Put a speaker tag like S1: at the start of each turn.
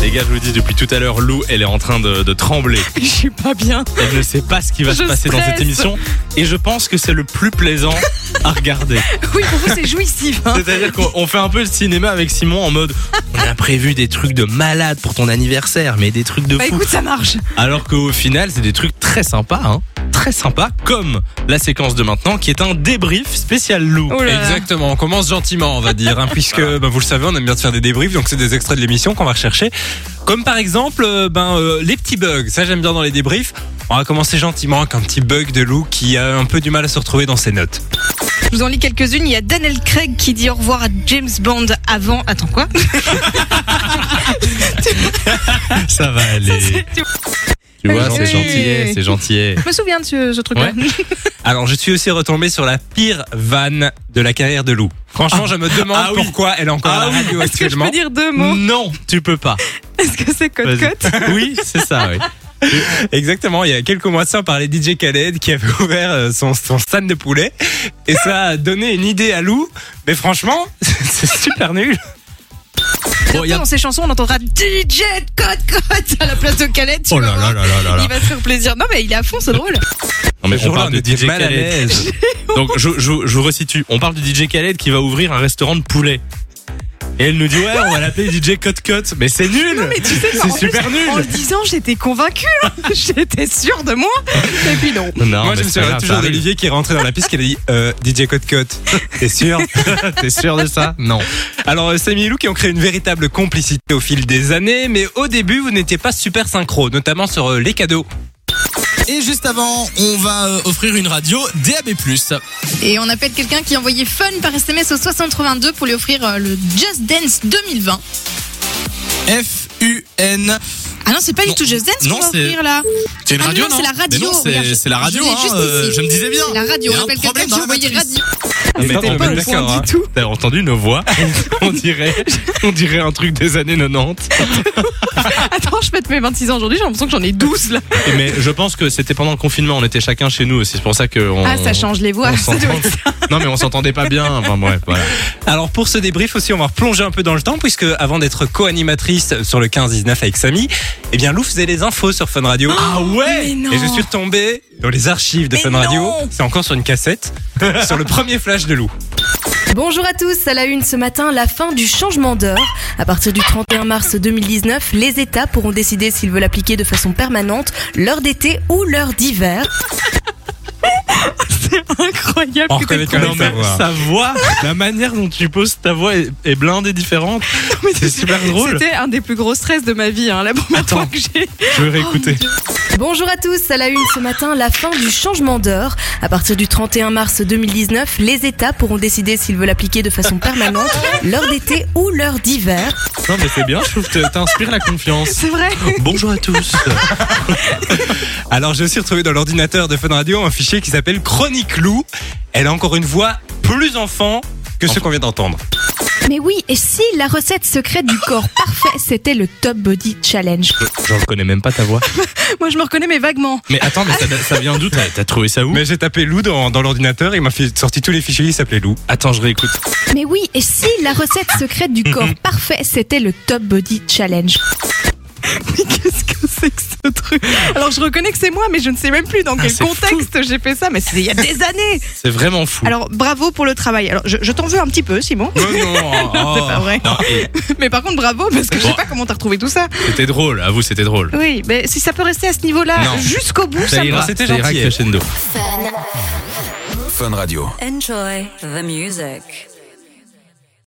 S1: Les gars, je vous dis depuis tout à l'heure, Lou, elle est en train de, de trembler.
S2: Je suis pas bien.
S1: Elle ne sait pas ce qui va se
S2: Je
S1: passer dans cette
S2: stresse.
S1: émission. Et je pense que c'est le plus plaisant à regarder.
S2: Oui, pour vous, c'est jouissif. hein.
S1: C'est-à-dire qu'on on fait un peu le cinéma avec Simon en mode on a prévu des trucs de malade pour ton anniversaire, mais des trucs de
S2: Bah
S1: fou.
S2: écoute, ça marche.
S1: Alors qu'au final, c'est des trucs très sympas, hein. Très sympas, comme la séquence de maintenant qui est un débrief spécial Lou.
S2: Oh là là.
S3: Exactement, on commence gentiment, on va dire, hein, puisque bah, vous le savez, on aime bien de faire des débriefs, donc c'est des extraits de l'émission qu'on va rechercher. Comme par exemple, euh, ben euh, les petits bugs, ça j'aime bien dans les débriefs. On va commencer gentiment avec un petit bug de Lou qui a un peu du mal à se retrouver dans ses notes.
S2: Je vous en lis quelques-unes. Il y a Daniel Craig qui dit au revoir à James Bond avant. Attends quoi
S1: Ça va aller. Tu vois, c'est
S2: Oui.
S1: gentil, c'est gentil.
S2: Je me souviens de ce, ce truc-là.
S3: Alors je suis aussi retombé sur la pire vanne de la carrière de Lou. Franchement, je me demande
S1: Ah oui.
S3: pourquoi elle est encore
S1: Ah
S3: à la
S1: oui.
S3: radio
S2: Est-ce que je
S3: actuellement.
S2: peux dire deux mots
S1: Non, tu peux pas.
S2: Est-ce que c'est
S1: Mm. Vas-y.
S2: cote-cote
S1: Oui, c'est ça, oui.
S4: Ah,
S3: Exactement, il y a quelques mois de ça, on parlait de DJ Khaled qui avait ouvert euh, son, son stand de poulet. Et ça a donné une idée à Lou. Mais franchement, c'est super nul.
S1: Bon, y a-
S2: Dans ces chansons, on entendra DJ cote-cote à la place de Calette. tu vas voir.
S1: Oh là là
S2: Il va se faire plaisir. Non, mais il est à fond, c'est drôle.
S1: Non, mais
S3: Ce
S1: on
S3: jour-là,
S1: parle de
S3: était
S1: DJ
S3: mal à
S1: Khaled.
S3: l'aise.
S1: Donc je, je, je vous resitue. On parle du DJ Khaled qui va ouvrir un restaurant de poulet. Et elle nous dit ouais, on va l'appeler DJ Cut Cut. Mais c'est nul.
S2: Non, mais tu sais, en
S1: c'est
S2: plus,
S1: super
S2: En le
S1: nul.
S2: disant, j'étais convaincue. hein. J'étais sûre de moi. Et puis non.
S1: Non,
S3: Moi,
S1: mais
S3: je
S1: c'est
S3: me souviens
S1: pas grave,
S3: toujours
S1: ça arrive.
S3: d'Olivier qui est rentré dans la piste qui a dit euh, DJ Code Code. T'es sûr
S1: T'es sûr de ça Non.
S3: Alors, euh, Samy et Lou qui ont créé une véritable complicité au fil des années, mais au début, vous n'étiez pas super synchro, notamment sur euh, les cadeaux.
S4: Et juste avant, on va euh, offrir une radio DAB+.
S5: Et on appelle quelqu'un qui a envoyé fun par SMS au 682 pour lui offrir euh, le Just Dance 2020.
S4: F-U-N.
S5: Ah non, c'est pas
S4: Non.
S5: du tout Just Dance
S4: Non,
S5: qu'on va
S4: c'est-
S5: offrir là.
S4: C'est une
S5: Ah
S4: radio,
S5: non, c'est la radio,
S4: Mais non, c'est-
S5: regarde,
S4: c'est la
S5: je
S4: radio,
S5: l'ai
S4: hein,
S5: juste
S4: euh,
S5: ici.
S4: je me disais bien.
S5: C'est la
S4: Il
S5: radio.
S4: y a
S5: On
S4: un
S5: appelle quelqu'un
S4: problème
S5: qui
S4: dans
S5: a
S4: la
S5: envoyé
S4: matrice.
S5: radio.
S1: Ah, Mais
S3: C'était
S1: attends,
S3: pas
S1: mais
S3: au point
S1: d'accord,
S3: du
S1: hein.
S2: tout.
S1: T'as entendu nos voix On dirait, on dirait un truc des années 90.
S2: Attends, je fête mes 26 ans aujourd'hui, j'ai l'impression que j'en ai 12 là.
S1: Mais je pense que c'était pendant le confinement. On était chacun chez nous aussi. C'est pour ça que on.
S2: Ah, ça change les voix.
S1: on
S2: Ça doit
S1: s'entend.
S2: être ça.
S1: Non, mais on s'entendait pas bien. Enfin bref, voilà.
S3: Alors pour ce débrief aussi, on va replonger un peu dans le temps puisque avant d'être co-animatrice sur le 15-19 avec Samy, eh bien Lou faisait les infos sur Fun Radio. Ah ouais
S2: mais non.
S3: Et je suis tombé dans les archives de
S2: Mais
S3: Fun
S2: non.
S3: Radio, c'est encore sur une cassette, sur le premier flash de Lou.
S6: Bonjour à tous, à la une ce matin, la fin du changement d'heure. À partir du 31 mars 2019, les États pourront décider s'ils veulent appliquer de façon permanente l'heure d'été ou l'heure d'hiver.
S2: Incroyable.
S3: On
S2: que
S3: reconnaît
S2: t'aies
S3: quand même
S1: Non,
S2: trouvé
S1: mais
S3: ta voix.
S1: sa voix, la manière dont tu poses ta voix est, est blindée différente. C'est super drôle.
S2: C'était un des plus gros stress de ma vie, hein, la première
S1: Attends.
S2: fois que j'ai.
S1: Je vais réécouter.
S2: Oh,
S6: Bonjour à tous, à la une ce matin, la fin du changement d'heure. À partir du 31 mars 2019, les États pourront décider s'ils veulent appliquer de façon permanente l'heure d'été ou l'heure d'hiver.
S1: Non, mais c'est bien, je trouve que t'inspires la confiance.
S2: C'est vrai.
S1: Bonjour à tous.
S3: Alors je me suis retrouvé dans l'ordinateur de Fun Radio un fichier qui s'appelle Chronique Lou. Elle a encore une voix plus enfant que ce qu'on vient d'entendre.
S5: Mais oui, et si la recette secrète du corps parfait, c'était le Top Body Challenge
S1: J'en reconnais même pas ta voix.
S2: Moi, je me reconnais, mais vaguement.
S1: Mais attends, mais ça, ça vient d'où T'as t'as trouvé ça où
S3: Mais j'ai tapé Lou dans, dans l'ordinateur, il m'a fait- sorti tous les fichiers qui s'appelaient Lou.
S1: Attends, je réécoute.
S5: Mais oui, et si la recette secrète du corps parfait, c'était le Top Body Challenge
S2: Mais qu'est-ce que c'est que ce truc Alors, je reconnais que c'est moi, mais je ne sais même plus dans quel
S1: Ah, c'est
S2: contexte j'ai fait ça. Mais c'était il y a des années.
S1: C'est vraiment fou.
S2: Alors, bravo pour le travail. Alors, je, je t'en veux un petit peu, Simon.
S3: Non, non,
S2: C'est pas vrai.
S1: Oh Non, et
S2: Mais par contre, bravo, parce que je
S1: Bon.
S2: sais pas comment t'as retrouvé tout ça.
S1: c'était drôle, avoue, c'était drôle.
S2: Oui, mais si ça peut rester à ce
S1: Non.
S2: niveau-là jusqu'au bout, ça,
S1: Ça
S2: me
S1: ira,
S2: va.
S3: c'était
S1: ça ira
S3: gentil.
S1: crescendo.
S4: Fun Radio.
S7: Enjoy the music.